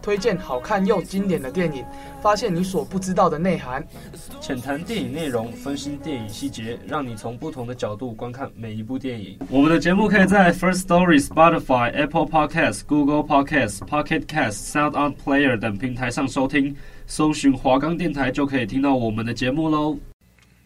推荐好看又经典的电影，发现你所不知道的内涵。浅谈电影内容，分析电影细节，让你从不同的角度观看每一部电影。我们的节目可以在 First Story、Spotify、Apple Podcasts、Google Podcasts、Pocket Casts、Sound On Player 等平台上收听，搜寻华冈电台就可以听到我们的节目喽。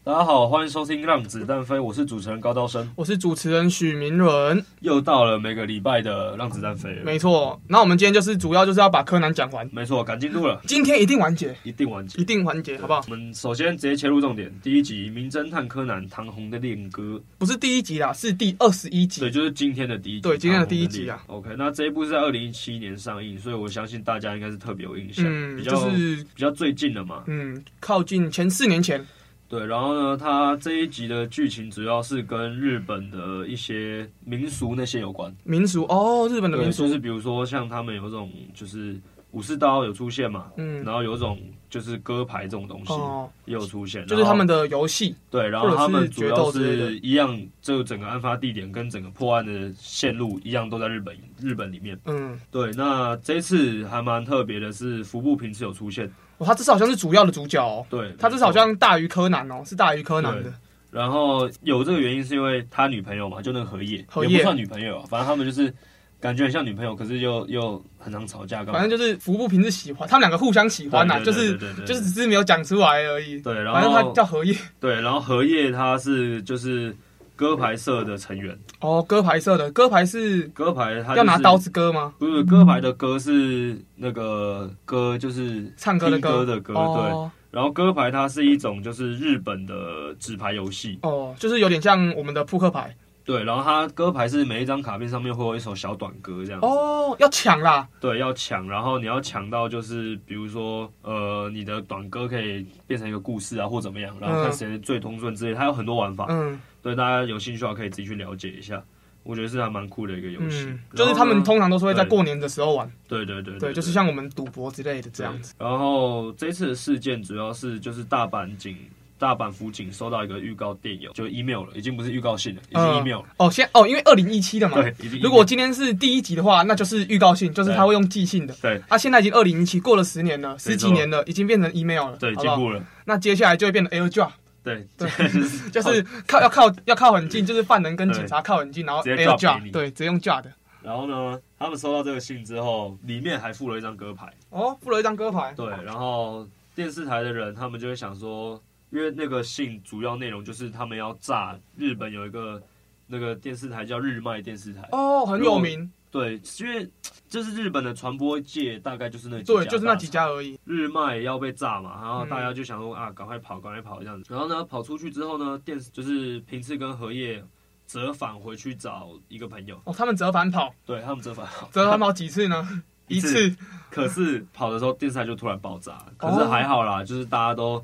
大家好，欢迎收听《让子弹飞》，我是主持人高道生。我是主持人许明伦，又到了每个礼拜的《让子弹飞》了，没错。那我们今天就是主要就是要把柯南讲完，没错，赶进度了，今天一定完结，一定完结一。定完结，好不好？我们首先直接切入重点，第一集《名侦探柯南：唐红的恋歌不是第一集啦，是第二十一》，对，集。就是今天的第一集。对今天的第一集啊唐红的恋歌。OK，那这一部是在二零一七年上映，所以我相信大家应该是特别有印象，嗯，比较、就是比较最近的嘛。嗯，靠近前四年前，对，然后呢，它这一集的剧情主要是跟日本的一些民俗那些有关。民俗哦，日本的对，民俗就，是比如说像他们有这种就是武士刀有出现嘛，嗯然，后有一种就是歌牌这种东西哦，也有出现，就是他然后们的游戏，对，然后他们主要或者是决斗之是一样，就整个案发地点跟整个破案的线路一样，都在日本日本里面。嗯，对，那这次还蛮特别的是，服部平次有出现，哦，他这次好像是主要的主角哦，对，他这次好像大于柯南哦，是大于柯南的对。然后有这个原因是因为他女朋友嘛，就那个荷叶，荷叶也不算女朋友啊，反正他们就是感觉很像女朋友，可是又又很常吵架，干嘛反正就是服部平是喜欢，他们两个互相喜欢呐、啊对就对是对对对对就是只是没有讲出来而已。对，然反正他后叫荷叶对，然后荷叶他是就是歌牌社的成员，哦，歌牌社的歌牌是歌牌他、就是、要拿刀子割吗？不是歌牌的歌是那个歌，就是唱歌的听歌歌的歌，对。哦然后歌牌它是一种就是日本的纸牌游戏，哦，就是有点像我们的扑克牌对。然后它歌牌是每一张卡片上面会有一首小短歌这样子，哦，要抢啦，对，要抢。然后你要抢到就是比如说呃，你的短歌可以变成一个故事啊，或怎么样，然后看嗯谁最通顺之类，它有很多玩法。嗯对，大家有兴趣的话可以自己去了解一下。我觉得是还蛮酷的一个游戏嗯，，然就后是呢他们通常都是会在对过年的时候玩，对对对对，就是像我们赌博之类的这样子。对。然后这次的事件主要是就是大阪警大阪府警收到一个预告电邮，就 email 了，已经不是预告信了，已经嗯 email 了。哦，先哦，因为二零一七的嘛，对，已经 email 如果今天是第一集的话，那就是预告信，就是对他会用寄信的。对啊，现在已经二零一七，过了十年了，十几没错年了，已经变成 email 了，对好进不好步了，那接下来就会变成 AirDrop，对对对，就是靠要靠要靠很近，就是犯人跟警察靠很近，然后直接 drop 给 AirDrop，你对，直接用 drop 的。然后呢，他们收到这个信之后，里面还附了一张歌牌，哦，附了一张歌牌，对，然后电视台的人他们就会想说，因为那个信主要内容就是他们要炸日本有一个那个电视台叫日卖电视台，哦，很有名，对，因为就是日本的传播界大概就是那几对，家就是那大几家而已。日卖要被炸嘛，然后嗯大家就想说、啊，赶快跑，赶快跑这样子。然后呢，跑出去之后呢，电视就是平次跟荷叶折返回去找一个朋友，哦，他们折返跑，对他们折返好，折返跑几次呢？ 一一次次，可是跑的时候电视台就突然爆炸，可哦是还好啦，就是大家都。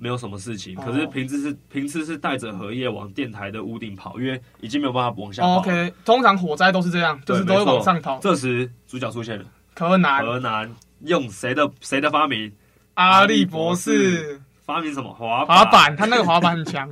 没有什么事情，哦可是平次是平次是带着荷叶往电台的屋顶跑，因为已经没有办法往下跑。哦 OK，通常火灾都是这样，就对是都会没错往上逃。这时主角出现了，柯南、河南用谁的谁的发明阿笠博士、发明什么滑滑板，他那个滑板 很强，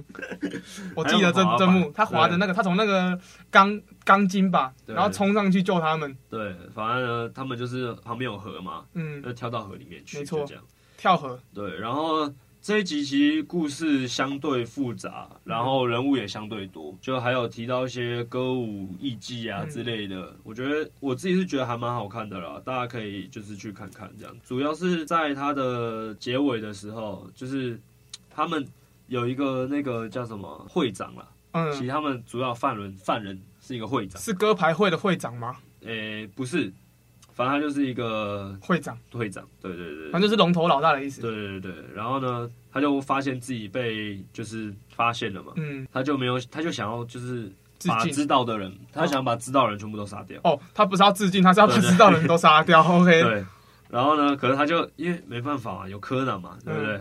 我记得这还有滑板这幕，他滑的那个，他从那个钢钢筋吧，对然后冲上去救他们，对，反正呢，他们就是旁边有河嘛，嗯，就跳到河里面去，没错就这样。跳河，对，然后这一集其实故事相对复杂，然后人物也相对多，就还有提到一些歌舞艺伎啊嗯之类的。我觉得我自己是觉得还蛮好看的啦，大家可以就是去看看这样。主要是在它的结尾的时候，就是他们有一个那个叫什么会长啦，其嗯，实他们主要犯人犯人是一个会长，是歌牌会的会长吗？诶、不是。反正他就是一个会长，会长，对对对对，反正就是龙头老大的意思。对对对，对然后呢，他就发现自己被就是发现了嘛，嗯，他就没有，他就想要就是致把知敬。道的人，哦他想把知道的人全部都杀掉。哦，他不是要致敬，他是要把知道的人都杀掉。OK，对，然后呢，可是他就因为没办法啊，有柯南嘛，对不对？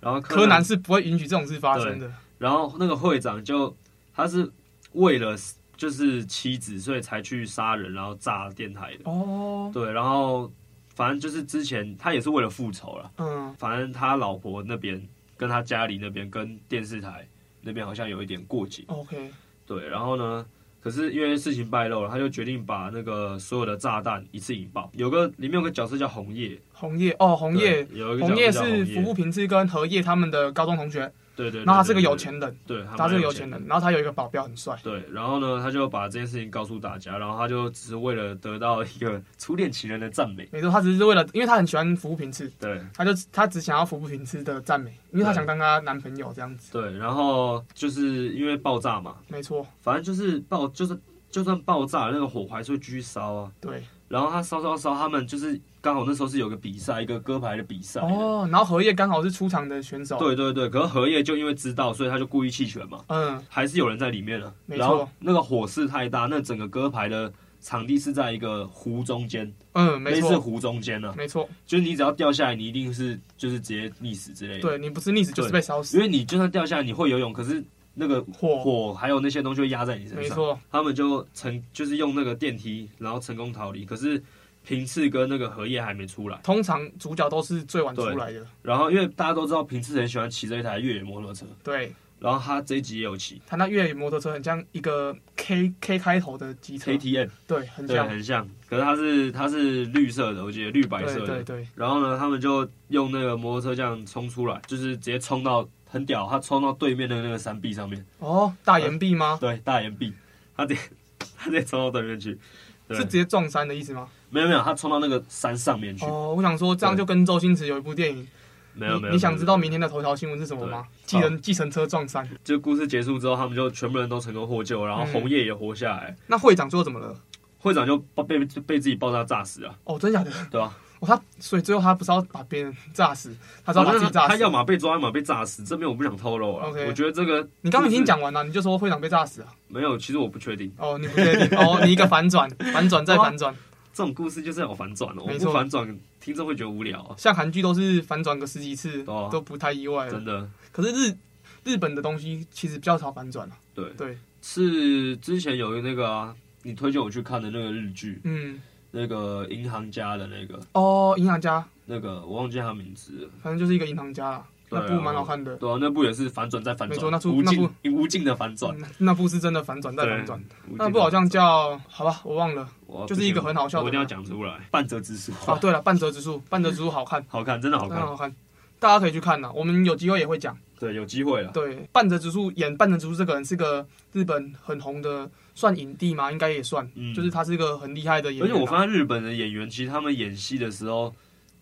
然后嗯柯南，是不会允许这种事发生的。然后那个会长就他是为了就是妻子，所以才去杀人，然后炸电台的。哦，对，然后反正就是之前他也是为了复仇啦，嗯，反正他老婆那边跟他家里那边跟电视台那边好像有一点过节， OK，对，然后呢，可是因为事情败露了，他就决定把那个所有的炸弹一次引爆。有个里面有个角色叫红叶，红叶哦，红叶，对有一个红角色叶叫红是服部平次跟荷叶他们的高中同学，对对，然后他对是个对有对钱人，对，他他蛮是个有有钱钱的人，然后他有一个保镖很帅，对，然后呢，他就把这件事情告诉大家，然后他就只是为了得到一个初恋情人的赞美，没错，他只是为了，因为他很喜欢服部平次，对他就他只想要服部平次的赞美，因为他对想当他男朋友这样子，对，然后就是因为爆炸嘛，没错，反正就是爆，就是就算爆炸了，那个火还是会继续烧啊。对，然后他烧烧烧，他们就是刚好那时候是有个比赛，一个歌牌的比赛的。哦，然后荷叶刚好是出场的选手，，对对对，可是荷叶就因为知道，所以他就故意弃权嘛，嗯，还是有人在里面了。没错然后那个火势太大，那整个歌牌的场地是在一个湖中间，嗯，类没似错，湖中间呢、啊，没错，就是你只要掉下来，你一定是就是直接溺死之类的。对你不是溺死就是被烧死，因为你就算掉下来，你会游泳，可是那个火火还有那些东西会压在你身上。没错，他们就成就是用那个电梯，然后成功逃离。可是平次跟那个荷叶还没出来。通常主角都是最晚出来的，然后因为大家都知道平次很喜欢骑着一台越野摩托车，对然后他这一集也有骑他那越野摩托车很像一个 K K 开头的机车， KTM，对，很对，像，很像。可是它是它是绿色的，我记得绿白对色对的。对，然后呢，他们就用那个摩托车这样冲出来，就是直接冲到很屌，他冲到对面的那个山壁上 面，哦，大岩壁吗？对，大岩壁，他得他得冲到对面去。对是直接撞山的意思吗？没有没有，他冲到那个山上面去。哦，我想说这样就跟周星驰有一部电影，没有你没有。你想知道没有明天的头条新闻是什么吗？计对程计程车撞山，就故事结束之后，他们就全部人都成功获救，然后嗯红叶也活下来，那会长最后怎么了？会长就被被被自己爆炸炸死啊，哦，真假的？ 对吧、哦，他所以最后他不是要把别人炸死，他他是要把自己炸他死。要么被抓，要么被炸死，这边我不想透露啊。 OK 我觉得这个你刚刚已经讲完了，你就说会长被炸死啊？没有，其实我不确定。哦，你不确定？哦，你一个反转，反转哦再反转，这种故事就是要有反转的，我没不错反转，听众会觉得无聊啊。像韩剧都是反转个十几次对啊都不太意外了真。的，可是日日本的东西其实比较少反转啊。对对，是之前有那个啊，你推荐我去看的那个日剧，嗯，那个银行家的那个哦，银行家，那个，我忘记他名字了。反正就是一个银行家啦，对那啊部蛮好看的。对啊，那部也是反转再反没错那转，出无那尽无尽的反转。嗯那部是真的反转再反转，无尽的那部好像反转叫好吧，我忘了我就是一个很好笑的我一定要讲出来。半泽直树，啊。对了，半泽直树，半泽直树好看，好看，真的好真的看。好看，大家可以去看啊呐。我们有机会也会讲。对，有机会了。对，半泽直树演半泽直树这个人是个日本很红的，算影帝吗？应该也算，嗯就是他是一个很厉害的演员而啊。且我发现日本的演员，其实他们演戏的时候，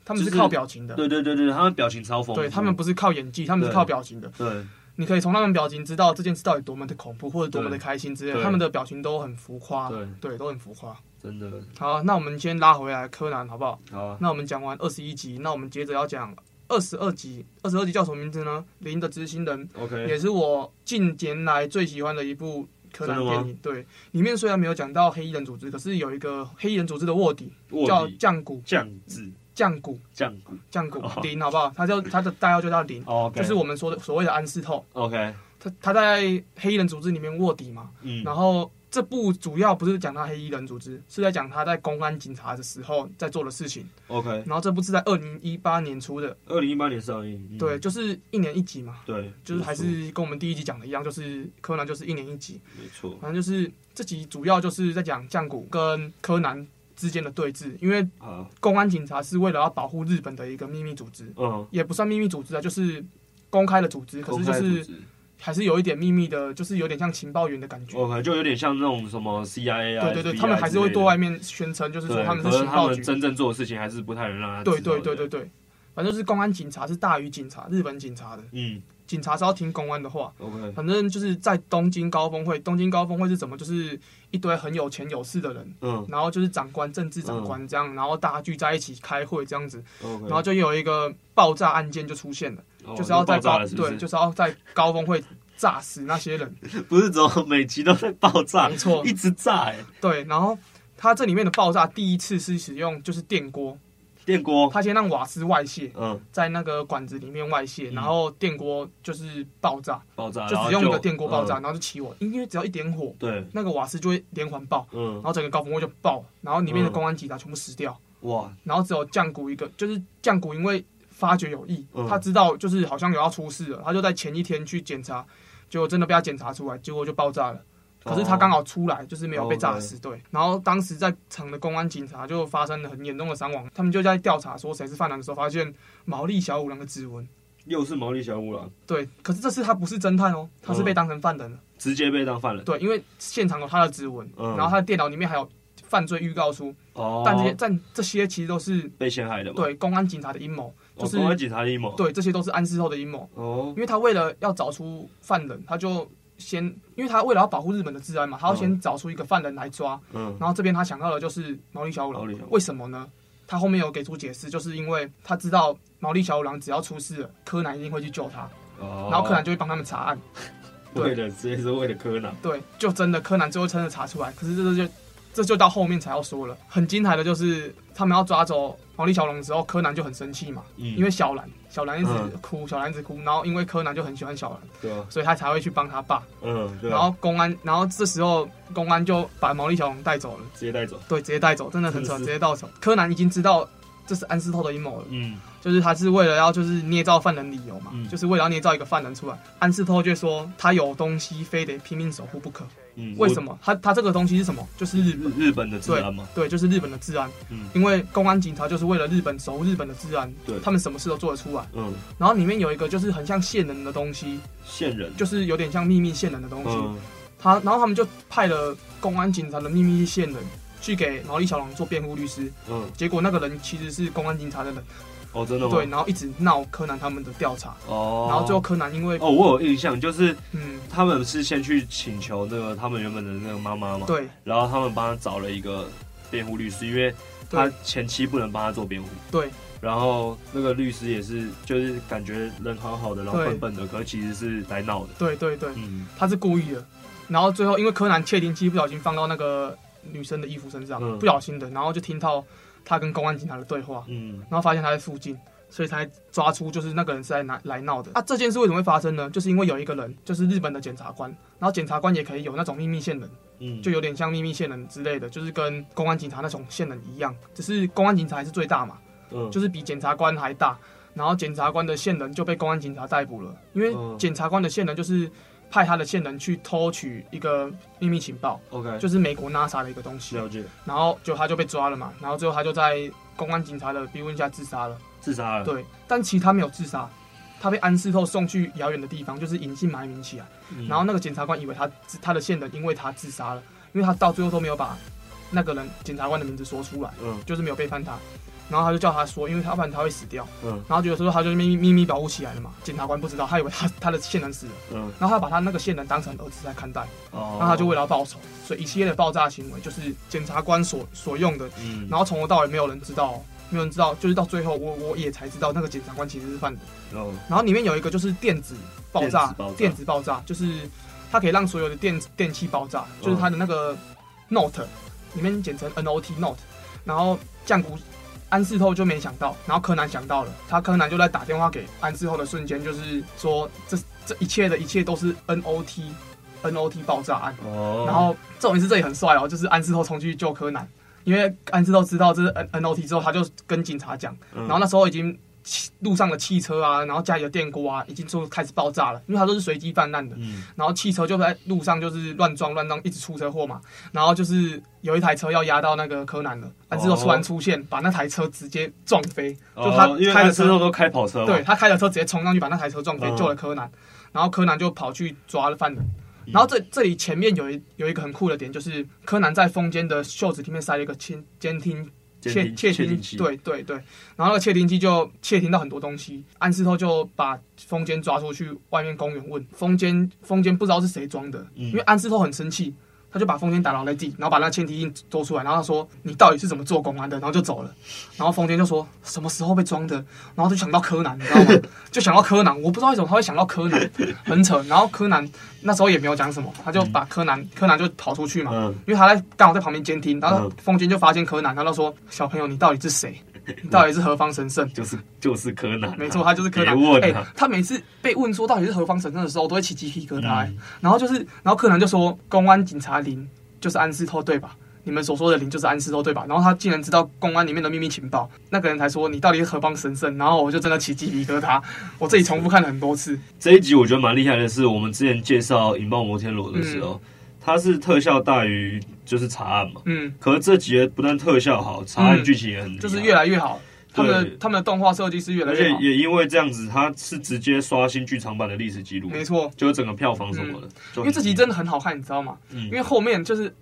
他们是就是靠表情的，对对对对，他们表情超丰富。啊对他们不是靠演技，他们是对靠表情的。对你可以从他们表情知道这件事到底多么的恐怖或者多么的对开心之类的，对他们的表情都很浮夸，对，对，都很浮夸。真的好，那我们先拉回来柯南好不好？好啊。那我们讲完二十一集，那我们接着要讲二十二集。二十二集叫什么名字呢？《零的知心人》 OK，嗯也是我近年来最喜欢的一部柯南真的吗电影。对，里面虽然没有讲到黑衣人组织，可是有一个黑衣人组织的卧底卧叫底降谷，降智降谷，降谷。降谷哦林，好不好？他叫他的代号就叫林， OK，就是我们说的所谓的安室透。 OK，他他在黑衣人组织里面卧底嘛，嗯，然后这部主要不是讲他黑衣人组织，是在讲他在公安警察的时候在做的事情。 OK，然后这部是在二零一八年出的，二零一八年上映。嗯对，就是一年一集嘛，对，就是还是跟我们第一集讲的一样，就是柯南就是一年一集，没错反正就是这集主要就是在讲降谷跟柯南之间的对峙，因为好，公安警察是为了要保护日本的一个秘密组织，嗯，也不算秘密组织啊，就是公开的组织，可公是就开组是织还是有一点秘密的，就是有点像情报员的感觉。 OK，就有点像那种什么 CIA 啊，对对对，哦 FBI 他们还是之类会的对外面宣称，就是说啊对，他们可是是情他报们局。真正做的事情还是不太能让他对知道对的对对，对，反正就是公安警察是大于警察，日本警察的嗯警察是要听公安的话。 ，OK，反正就是在东京高峰会，东京高峰会是怎么？就是一堆很有钱有势的人，嗯然后就是长官、政治长官这样，然后大家聚在一起开会这样子， ，OK，然后就有一个爆炸案件就出现了，嗯哦就是要在爆炸高了，是不对，是？就是要在高峰会炸死那 些人，不是怎么每集都在爆炸没，错一，直炸，哎，对。然后他这里面的爆炸第一次是使用就是电锅，电锅，他先让瓦斯外泄，嗯，在那个管子里面外泄，嗯然后电锅就是爆炸，爆炸，就然后只用一个电锅爆炸，嗯然后就起火，因为只要一点火，对，那个瓦斯就会连环爆，嗯然，后整个高峰会就爆，然后里面的嗯公安警察全部死掉，哇，然后只有酱骨一个，就是酱骨因为发觉有异，嗯他知道就是好像有要出事了，他就在前一天去检查，结果真的被他检查出来，结果就爆炸了。可是他刚好好出来，就是没有被炸哦死。对，然后当时在场的公安警察就发生了很严重的伤亡，他们就在调查说谁是犯人的时候，发现毛利小五郎的指纹。又是毛利小五郎，对，可是这次他不是侦探哦，他是被当成犯人了。直接被当犯人，对，因为现场有他的指纹，嗯然后他的电脑里面还有犯罪预告书，哦，但这些但这些其实都是被陷害的嘛，，对公安警察的阴谋，哦，就是、公安警察阴谋，，对这些都是暗示后的阴谋，哦，因为他为了要找出犯人，他就先，因为他为了要保护日本的治安嘛，他要先找出一个犯人来抓。嗯，然后这边他想到的就是毛利小五毛郎利小五，郎为什么呢？他后面有给出解释，就是因为他知道毛利小五郎只要出事了，柯南一定会去救他，然然后柯南就会帮他们查案。为了，所以是为了柯南，对，就真的柯南最后真的查出来，可是这这就这就到后面才要说了。很精彩的就是他们要抓走毛利小五郎的时候，柯南就很生气嘛，嗯因为小兰小兰一直嗯哭，小兰一直哭，然后因为柯南就很喜欢小兰，对啊，所以他才会去帮他爸。嗯，对啊，然后公安，然后这时候公安就把毛利小五郎带走了。直接带走，对，直接带走，真的很扯，真的是直接带走。柯南已经知道这是安室透的阴谋了，嗯，就是他是为了要就是捏造犯人理由嘛，嗯就是为了要捏造一个犯人出来。安室透就说他有东西非得拼命守护不可，嗯为什？么？他他这个东西是什么？就是日日本。日本的治对安嘛，对，就是日本的治安，嗯因为公安警察就是为了日本守护日本的治安，对他们什么事都做得出来。嗯，然后里面有一个就是很像线人的东西，线人，就是有点像秘密线人的东西。嗯，他然后他们就派了公安警察的秘密线人去给毛利小狼做辩护律师，嗯，结果那个人其实是公安警察的人，哦，真的吗？对，，然后一直闹柯南他们的调查，哦，然后最后柯南因为哦，我有印象，就是嗯他们是先去请求那个他们原本的那个妈妈嘛，，对然后他们帮他找了一个辩护律师，因为他对前妻不能帮他做辩护，对然后那个律师也是就是感觉人好好的，然后对笨笨的，可是其实是来闹的，对对对，嗯，他是故意的，然后最后因为柯南窃听器不小心放到那个女生的衣服身上，嗯不小心的，然后就听到他跟公安警察的对话，嗯，然后发现他在附近。所以才抓出就是那个人是在哪来嗯闹的啊！这件事为什么会发生呢？就是因为有一个人，就是日本的检察官，然后检察官也可以有那种秘密线人，嗯，就有点像秘密线人之类的，就是跟公安警察那种线人一样，只是公安警察还是最大嘛，嗯就是比检察官还大。然后检察官的线人就被公安警察逮捕了，因嗯为检察官的线人就是派他的线人去偷取一个秘密情报， OK，就是美国 NASA 的一个东西，了解，然后就他就被抓了嘛，然后最后他就在公安警察的逼问下自杀了。自杀了，，对，但其实他没有自杀，他被安室透送去遥远的地方，就是隐姓埋名起来。嗯然后那个检察官以为他他的线人因为他自杀了，因为他到最后都没有把那个人检察官的名字说出来，嗯就是没有背叛他。然后他就叫他说，因为他要不然他会死掉。嗯然后觉得说他就是秘密秘密保护起来了嘛，检察官不知道，他以为他他的线人死了，嗯，然后他把他那个线人当成儿子在看待，哦，然后他就为了要报仇，所以一系列的爆炸行为就是检察官所所用的。嗯，然后从头到尾没有人知道哦，没有人知道，就是到最后我我也才知道那个检察官其实是犯人。然后然后里面有一个就是电子爆炸，电电子子爆炸就是它可以让所有的电电器爆炸，就是它的那个 Note 里面简称 NOT Note，然后降谷安室透就没想到，然后柯南想到了，他柯南就在打电话给安室透的瞬间，就是说这这一切的一切都是 NOT NOT 爆炸案，哦，然后重点是这里很帅哦，就是安室透冲去救柯南，因为安室透知道这是 N NOT 之后，他就跟警察讲。嗯然后那时候已经汽路上的汽车啊，然后家里的电锅啊，已经就开始爆炸了，因为它都是随机泛滥的。嗯然后汽车就在路上就是乱撞乱撞，一直出车祸嘛。然后就是有一台车要压到那个柯南了，安之后突然出现，把那台车直接撞飞，就他哦因为开他的身车，上都开跑车嘛，对他开的车直接冲上去把那台车撞飞，嗯救了柯南。然后柯南就跑去抓了犯人。嗯然后这这里前面有一有一个很酷的点，就是柯南在风间的袖子里面塞了一个监监听窃监窃听听听器，，对对对，然后那个窃听器就窃听到很多东西，安室透就把风间抓出去外面公园问风间，风间不知道是谁装的，嗯因为安室透很生气，他就把风间打倒在地，然后把那个窃听器做出来，然后他说你到底是怎么做公安的，然后就走了，然后风间就说什么时候被装的，然后就想到柯南，你知道吗？ 就想到柯南，我不知道为什么他会想到柯南，很扯，然后柯南那时候也没有讲什么，他就把柯南，柯南就跑出去嘛，嗯因为他在刚好在旁边监听，然后嗯 风间就发现柯南，他就说：“小朋友，你到底是谁？”到底是何方神圣？就是就是柯南啊、没错，他就是柯南别。问哎、啊他每次被问说到底是何方神圣的时候，我都会起鸡皮疙瘩、哎嗯然后就是，然后柯南就说，公安警察林就是安室透对吧？你们所说的林就是安室透对吧？然后他竟然知道公安里面的秘密情报，那个人才说你到底是何方神圣？然后我就真的起鸡皮疙瘩，我自己重复看了很多次。这一集我觉得蛮厉害的是，我们之前介绍《引爆摩天轮》的时候，它是特效大于就是查案嘛。嗯，可是这集不但特效好，查案嗯剧情也很厉害、就是越来越好，他们对的他们的动画设计师越来而且越好，也因为这样子，它是直接刷新剧场版的历史记录，没错。嗯就是整个票房什么的。就很因为这集真的很好看，你知道吗？嗯因为后面就是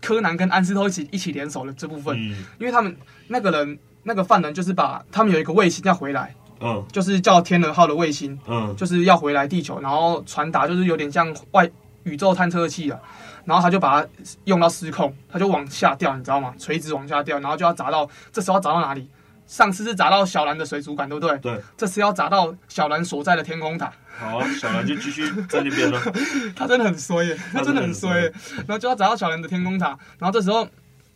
柯南跟安室透一起一起联手的这部分，嗯因为他们那个人那个犯人就是把他们有一个卫星要回来，嗯就是叫天人号的卫星，嗯就是要回来地球，然后传达就是有点像外宇宙探测器啊，然后他就把它用到失控，他就往下掉，你知道吗？垂直往下掉，然后就要砸到，这时候要砸到哪里？上次是砸到小兰的水族馆，对不对？对，这次要砸到小兰所在的天空塔，好啊，小兰就继续在那 边了。他真的很衰耶，他真的很衰耶。然后就要砸到小兰的天空塔，然后这时候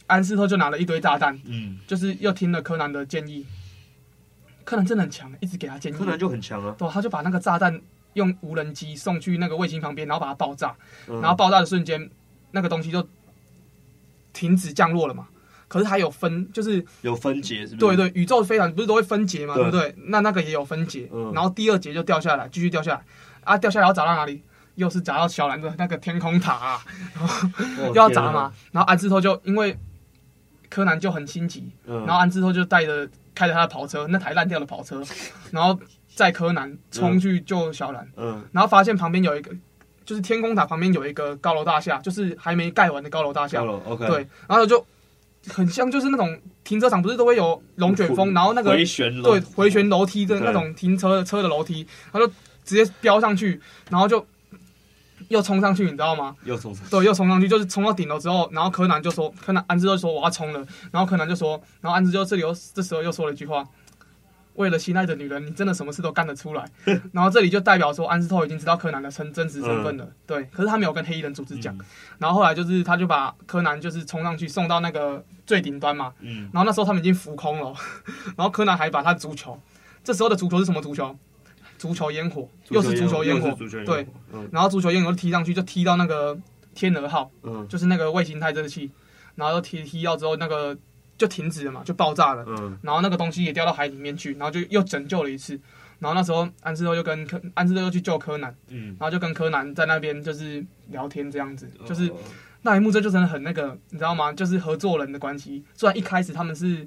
安室透就拿了一堆炸弹，嗯，就是又听了柯南的建议。柯南真的很强，一直给他建议。柯南就很强啊，对，他就把那个炸弹用无人机送去那个卫星旁边，然后把它爆炸。嗯、然后爆炸的瞬间，那个东西就停止降落了嘛。可是它有分，就是有分解是不对是？对，宇宙飞船不是都会分解嘛，嗯对对不对？那那个也有分解嗯，然后第二节就掉下来，继续掉下来，啊，掉下来要砸到哪里？又是砸到小兰的那个天空塔、啊，对，又要砸嘛。然后安之后就因为柯南就很心急，嗯，然后安之后就带着开着他的跑车，那台烂掉的跑车，然后载柯南冲去救小兰，嗯然后发现旁边有一个，就是天空塔旁边有一个高楼大厦，就是还没盖完的高楼大厦下，了 OK，对，，然后就很像就是那种停车场不是都会有龙卷风，然后那个回旋楼对回旋楼梯的对那种停车的车的楼梯，然后就直接飙上去，然后就又冲上去，你知道吗？又从上对，又冲上去，就是冲到顶楼之后，然后柯南就说，柯南安之就说我要冲了，然后柯南就说，然后安之就这里又这时候又说了一句话，为了心爱的女人，你真的什么事都干得 出来。然后这里就代表说安之透已经知道柯南的真真实身份了，对，可是他没有跟黑衣人组织讲。嗯然后后来就是他就把柯南就是冲上去送到那个最顶端嘛，嗯，然后那时候他们已经浮空了， 然后柯南还把他足球，这时候的足球是什么足球？足球烟火，又是足球烟火又是，足球烟火对，，嗯然后足球烟火就踢上去，就踢到那个天鹅号，嗯就是那个卫星探测器，然后踢踢到之后，那个就停止了嘛，就爆炸了，嗯然后那个东西也掉到海里面去，然后就又拯救了一次。然后那时候安室透又跟柯安室透又去救柯南，嗯，然后就跟柯南在那边就是聊天这样子，就是哦那一幕这就真的很那个，你知道吗？就是合作人的关系。虽然一开始他们是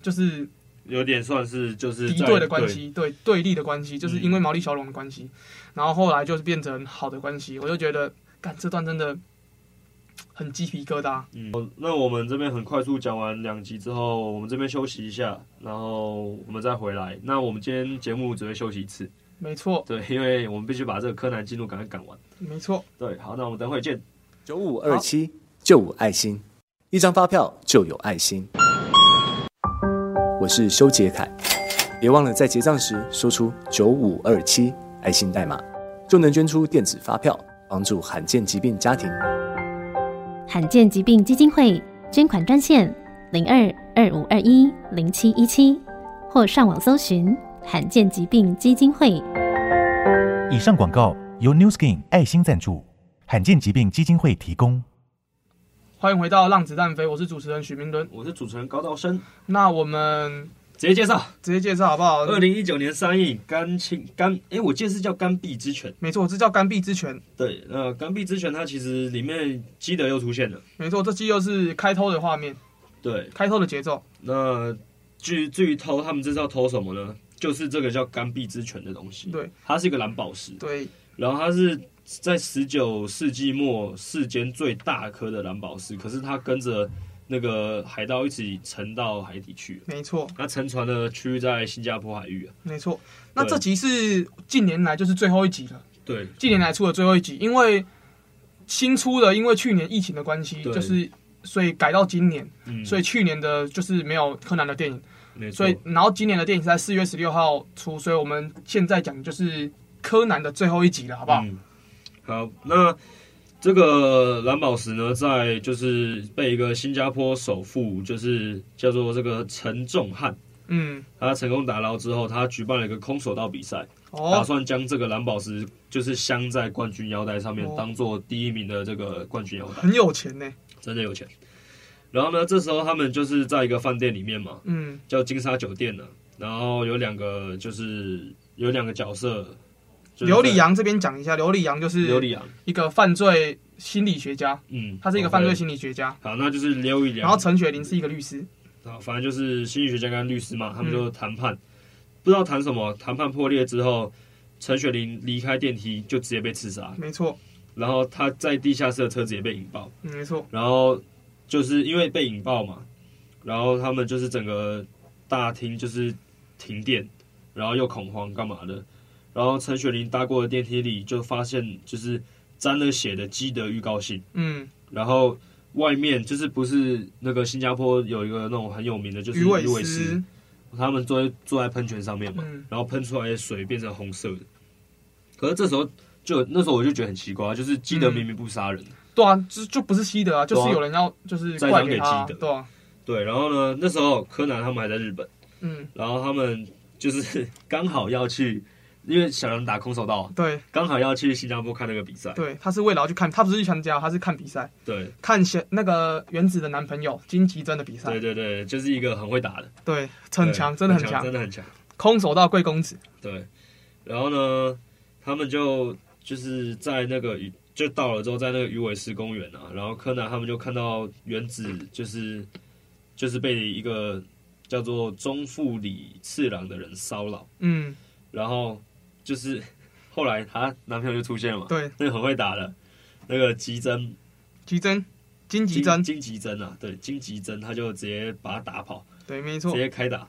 就是有点算是就是敌在嗯对的关，系，对对立的关系，就是因为毛利小龙的关系，然后后来就是变成好的关系，我就觉得，干这段真的很鸡皮疙瘩。嗯，好那我们这边很快速讲完两集之后，我们这边休息一下，然后我们再回来。那我们今天节目只会休息一次，没错，对，因为我们必须把这个柯南进度赶快赶完。没错，对，好，那我们等会见。九五二七就五爱心，一张发票就有爱心。我是修杰楷，别忘了在结账时说出九五二七爱心代码，就能捐出电子发票，帮助罕见疾病家庭。罕见疾病基金会捐款专线零二二五二一零七一七，或上网搜寻罕见疾病基金会。以上广告由 New Skin 爱心赞助，罕见疾病基金会提供。欢迎回到《浪子弹飞》，我是主持人许明伦。我是主持人高道生，那我们直接介绍直接介绍好不好？二零一九年上映《甘青甘》，诶，我记得是叫《甘碧之泉》。没错，这叫干臂之拳。对，那《甘碧之泉》它其实里面基德又出现了。没错，这期又是开偷的画面，对，开偷的节奏。那至于至于偷，他们这是要偷什么呢？就是这个叫甘碧之泉的东西。对，它是一个蓝宝石，对，然后它是在十九世纪末世间最大颗的蓝宝石，可是它跟着那个海盗一起沉到海底去了。没错，它沉船的区域在新加坡海域啊。没错。那对这集是近年来就是最后一集了。对，近年来出的最后一集，因为新出的，因为去年疫情的关系，对就是所以改到今年，嗯，所以去年的就是没有柯南的电影，没错所以然后今年的电影是在四月十六号出，所以我们现在讲就是柯南的最后一集了，好不好？嗯好，那这个蓝宝石呢，在就是被一个新加坡首富，就是叫做这个陈仲汉，嗯，他成功打捞之后，他举办了一个空手道比赛，打哦，算将这个蓝宝石就是镶在冠军腰带上面哦，当做第一名的这个冠军腰带，很有钱呢。真的有钱。然后呢，这时候他们就是在一个饭店里面嘛，嗯，叫金沙酒店呢，然后有两个就是有两个角色，就是刘里阳这边讲一下，刘里阳就在，刘是里阳，一个犯罪心理学家，嗯，他是一个犯罪 OK 心理学家。好，那就是刘宇良，然后陈雪玲是一个律师，啊，反正就是心理学家跟律师嘛，他嗯们就谈判，不知道谈什么，谈判破裂之后，陈雪玲离开电梯就直接被刺杀，没错，然后她在地下室的车子也被引爆，嗯没错，然后就是因为被引爆嘛，然后他们就是整个大厅就是停电，然后又恐慌干嘛的，然后陈雪玲搭过的电梯里就发现就是呃沾了血的基德预告信。嗯，然后外面就是不是那个新加坡有一个那种很有名的，就是鱼尾鱼尾狮狮，，他们坐在坐在喷泉上面嘛，嗯然后喷出来的水变成红色的。可是这时候就那时候我就觉得很奇怪，啊就是基德明明不杀人，对啊，就就不是西德啊，就对是啊有人要就是栽赃怪给给他，西德对啊，对，然后呢那时候柯南他们还在日本，嗯，然后他们就是 刚好要去。因为小杨打空手道，啊对刚好要去新加坡看那个比赛。对，他是为了要去看，他不是去参加，他是看比赛，对看小那个原子的男朋友金吉珍的比赛对，对对，就是一个很会打的，对，很强，对真的很很强真，的很强。空手道贵公子，对，然后呢，他们就就是在那个鱼就到了之后，在那个鱼尾狮公园啊，然后柯南他们就看到原子就是就是被一个叫做中富里次郎的人骚扰，嗯，然后就是 后来她男朋友就出现了嘛，对，那个很会打的，那个吉真吉珍，金吉珍，金吉真啊，对金吉真，他就直接把他打跑。对，没错直，接开打。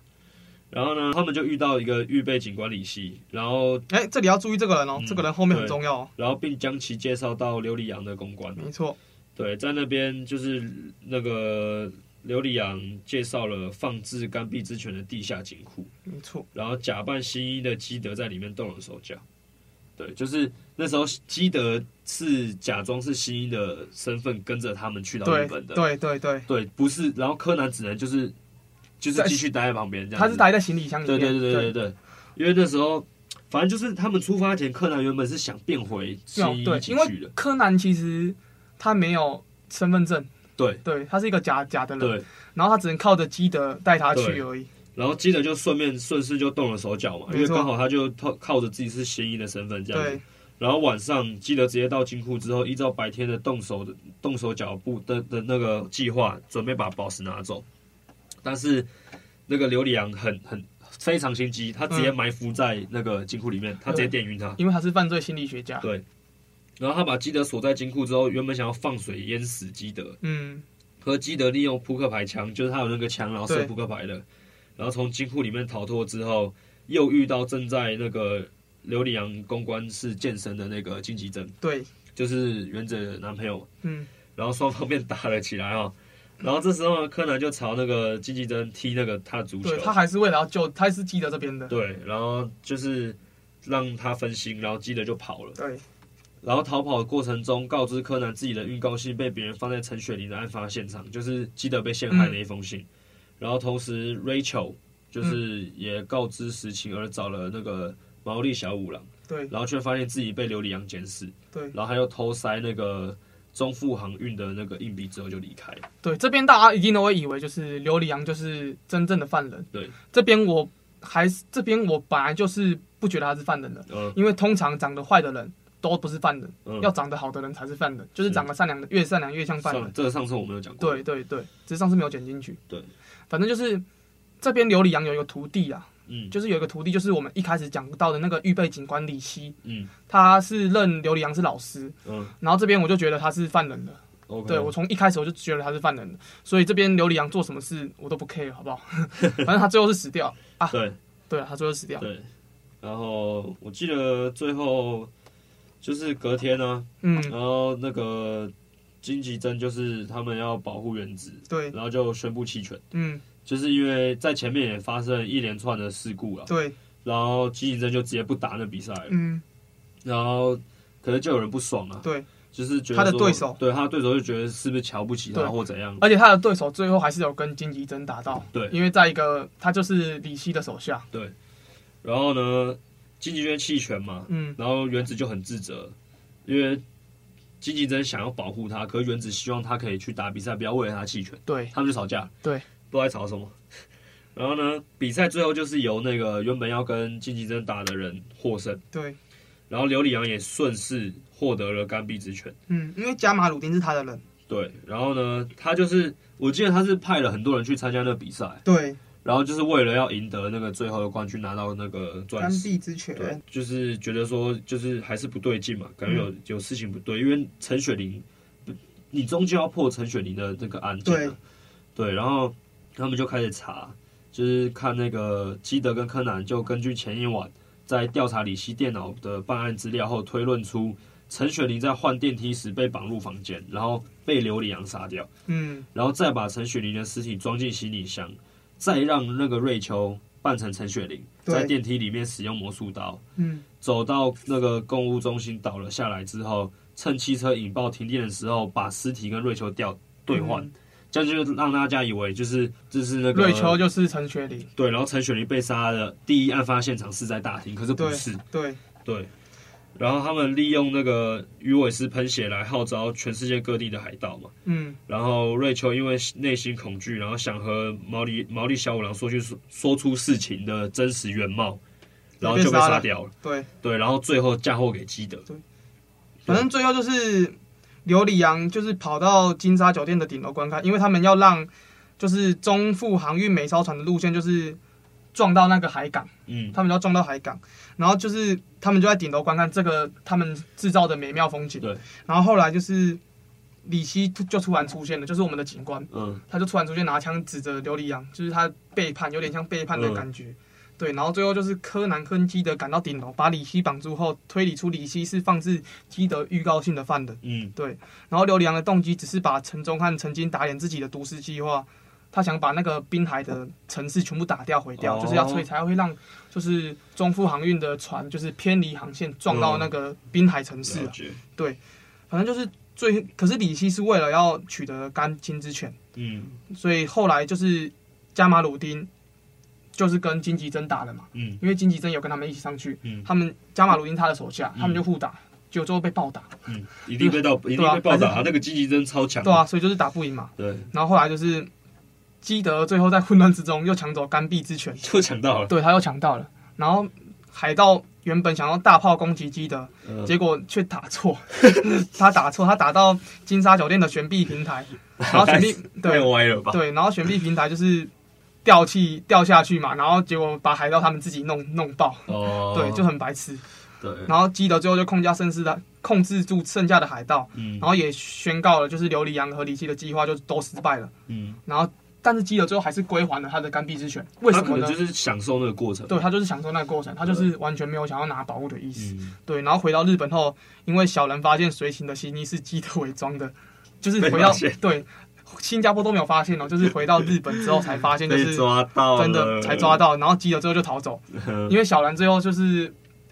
然后呢，他们就遇到一个预备警官李希，然后哎，这里要注意这个人哦，嗯这个人后面很重要哦，然后并将其介绍到琉璃洋的公关。没错，对，在那边就是那个琉璃洋介绍了放置干壁之泉的地下金库，没错，然后假扮新一的基德在里面动了手脚。对，就是那时候基德是假装是新一的身份跟着他们去到对日本的，对对对，对不是。然后柯南只能就是就是继续待在旁边，这样他子是待在行李箱里对面，对对对对对，因为那时候，反正就是他们出发前，柯南原本是想变回西没有哦对，进因去的为，柯南其实他没有身份证，对对他是一个假假的人，对，然后他只能靠着基德带他去对而已。然后基德就顺便顺势就动了手脚嘛，因没为错刚好他就靠靠着自己是嫌疑的身份这样对子，，然后晚上基德直接到金库之后，依照白天的动手的动手脚步的的那个计划，准备把宝石拿走，但是那个琉璃羊很很非常心机，他直接嗯埋伏在那个金库里面，他直接电晕他，因为他是犯罪心理学家。对，然后他把基德锁在金库之后，原本想要放水淹死基德，嗯，可基德利用扑克牌枪，就是他有那个枪，然后射对扑克牌的，然后从金库里面逃脱之后，又遇到正在那个琉璃洋公关室健身的那个金吉珍，对，就是原子的男朋友，嗯，然后双方便打了起来哦。然后这时候呢，柯南就朝那个金吉珍踢那个他的足球对，他还是为了要救，他是基德这边的。对，然后就是让他分心，然后基德就跑了。对，然后逃跑的过程中，告知柯南自己的预告信被别人放在陈雪玲的案发现场，就是基德被陷害的一封嗯信。然后同时，Rachel 就是也告知实情而找了那个毛利小五郎，对，然后却发现自己被琉璃洋监视，嗯对，然后他又偷塞那个中富航运的那个硬币之后就离开。对，这边大家一定都会以为就是琉璃羊就是真正的犯人。对，这边我还是这边我本来就是不觉得他是犯人的，嗯因为通常长得坏的人都不是犯人，嗯，要长得好的人才是犯人，就是是长得善良的越善良越像犯人上。这个上次我们有讲过。对对对，只是上次没有剪进去。对，反正就是这边琉璃羊有一个徒弟啊，嗯，就是有一个徒弟，就是我们一开始讲到的那个预备警官李希，嗯他是认琉璃羊是老师，嗯然后这边我就觉得他是犯人了。 ，OK，对我从一开始我就觉得他是犯人了，所以这边琉璃羊做什么事我都不 care，好不好？ 反正他最后是死掉，对对啊他最后是死掉。对。然后我记得最后就是隔天呢、嗯，然后那个金吉珍就是他们要保护原子，对，然后就宣布弃权，嗯，就是因为在前面也发生一连串的事故了，对，然后金吉珍就直接不打那比赛了，嗯，然后可是就有人不爽啊，对，就是觉得他的说对手对他的对手就觉得是不是瞧不起他对或怎样，而且他的对手最后还是有跟金吉珍打到，对因为在一个他就是李希的手下，对。然后呢，金吉娟弃权嘛，嗯，然后原子就很自责，因为金吉珍想要保护他，可是原子希望他可以去打比赛，不要为了他弃权，对他们就吵架，对，不知道在吵什么。然后呢，比赛最后就是由那个原本要跟金吉珍打的人获胜，对，然后刘礼阳也顺势获得了干臂之权。嗯，因为加马鲁丁是他的人，对，然后呢，他就是我记得他是派了很多人去参加那比赛，对，然后就是为了要赢得那个最后的冠军，拿到那个钻干石。臂之对权，，就是觉得说，就是还是不对劲嘛，感觉有、有事情不对，因为陈雪玲，你终究要破陈雪玲的这个案件、啊，对然后他们就开始查，就是看那个基德跟柯南就根据前一晚在调查李希电脑的办案资料后，推论出陈雪玲在换电梯时被绑入房间，然后被刘里阳杀掉。嗯，然后再把陈雪玲的尸体装进行李箱，再让那个瑞秋扮成陈雪玲，对在电梯里面使用魔术刀，嗯，走到那个购物中心倒了下来之后，趁汽车引爆停电的时候，把尸体跟瑞秋调兑换，嗯这样就让大家以为就是这是那个瑞秋就是陈学礼，对，然后陈雪玲被杀的第一案发现场是在大厅，可是不对是，对对。然后他们利用那个鱼尾狮喷血来号召全世界各地的海盗嘛，嗯，然后瑞秋因为内心恐惧，然后想和毛利毛利小五郎说去说说出事情的真实原貌，然后就被被杀杀了掉了。对，对，然后最后嫁祸给基德。反正最后就是刘里阳就是跑到金沙酒店的顶楼观看，因为他们要让就是中富航运美艘船的路线就是撞到那个海港，嗯，他们要撞到海港，然后就是他们就在顶楼观看这个他们制造的美妙风景。对，然后后来就是李希突就突然出现了，就是我们的警官，嗯，他就突然出现拿枪指着刘里阳，就是他背叛，有点像背叛的感觉。对，然后最后就是柯南跟基德赶到顶楼，把李希绑住后，推理出李希是放置基德预告性的犯人。嗯，然后刘里阳的动机只是把陈忠汉曾经打脸自己的都市计划，他想把那个滨海的城市全部打掉、毁掉，哦就是要所以才会让就是中富航运的船就是偏离航线撞到那个滨海城市、了啊。解。反正就是最，可是李希是为了要取得干金之权，嗯所以后来就是加马鲁丁就是跟金吉珍打了嘛，嗯因为金吉珍有跟他们一起上去，嗯他们加马鲁丁他的手下，嗯他们就互打，就最后被暴打，嗯，一定被到，一定被暴打。他那个积极真超强。啊对啊，所以就是打不赢嘛。对，然后后来就是基德最后在混乱之中又抢走干臂之权，就抢到了。对啊他又抢到了。然后海盗原本想要大炮攻击基德，嗯结果却打错， 他打错，他打到金沙酒店的悬臂平台，然 后悬臂太对歪了吧？对，然后悬臂平台就是掉气掉下去嘛，然后结果把海盗他们自己弄弄爆，哦，对，就很白痴。对。然后基德最后就控家剩势的控制住剩下的海盗，嗯然后也宣告了就是琉璃洋和李希的计划就都失败了。嗯，然后但是基德最后还是归还了他的干臂之权，为他什可么呢？能就是享受那个过程。对他就是享受那个过程，他就是完全没有想要拿宝物的意思。嗯，对，然后回到日本后，因为小兰发现随行的新衣是基德伪装的，就是被回到发现对新加坡都没有发现哦，就是回到日本之后才发现，就被是抓到了，真的才抓到。然后基德最后就逃走，嗯。因为小兰最后就是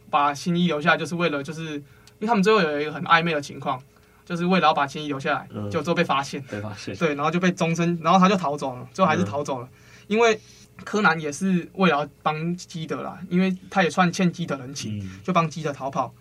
把新一留下来，就是为了就是因为他们最后有一个很暧昧的情况，就是为了要把新一留下来，嗯嗯就最后被发现。被发现。对，然后就被终身，然后他就逃走了，最后还是逃走了，因为柯南也是为了要帮基德啦，因为他也算欠基德人情，嗯，就帮基德逃跑，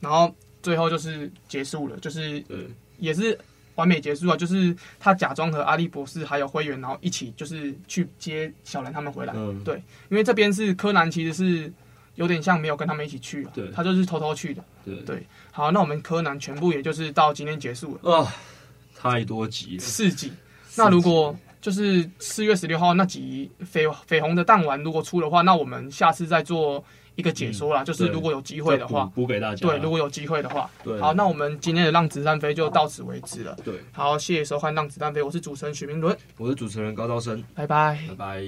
然后最后就是结束了，就是对。也是完美结束啊，就是他假装和阿笠博士还有灰原，然后一起就是去接小兰他们回来，嗯对，因为这边是柯南其实是有点像没有跟他们一起去啊对，他就是偷偷去的。对对好，那我们柯南全部也就是到今天结束了，啊，太多集了。四集。那如果就是四月十六号那集绯绯红的弹丸如果出的话，那我们下次再做一个解说啦。就是对如果有机会的话，补补给大家。对，如果有机会的话，对好，那我们今天的《让子弹飞》就到此为止了。对，好，谢谢收看《让子弹飞》，我是主持人许明伦，我是主持人高招生，拜拜。拜拜。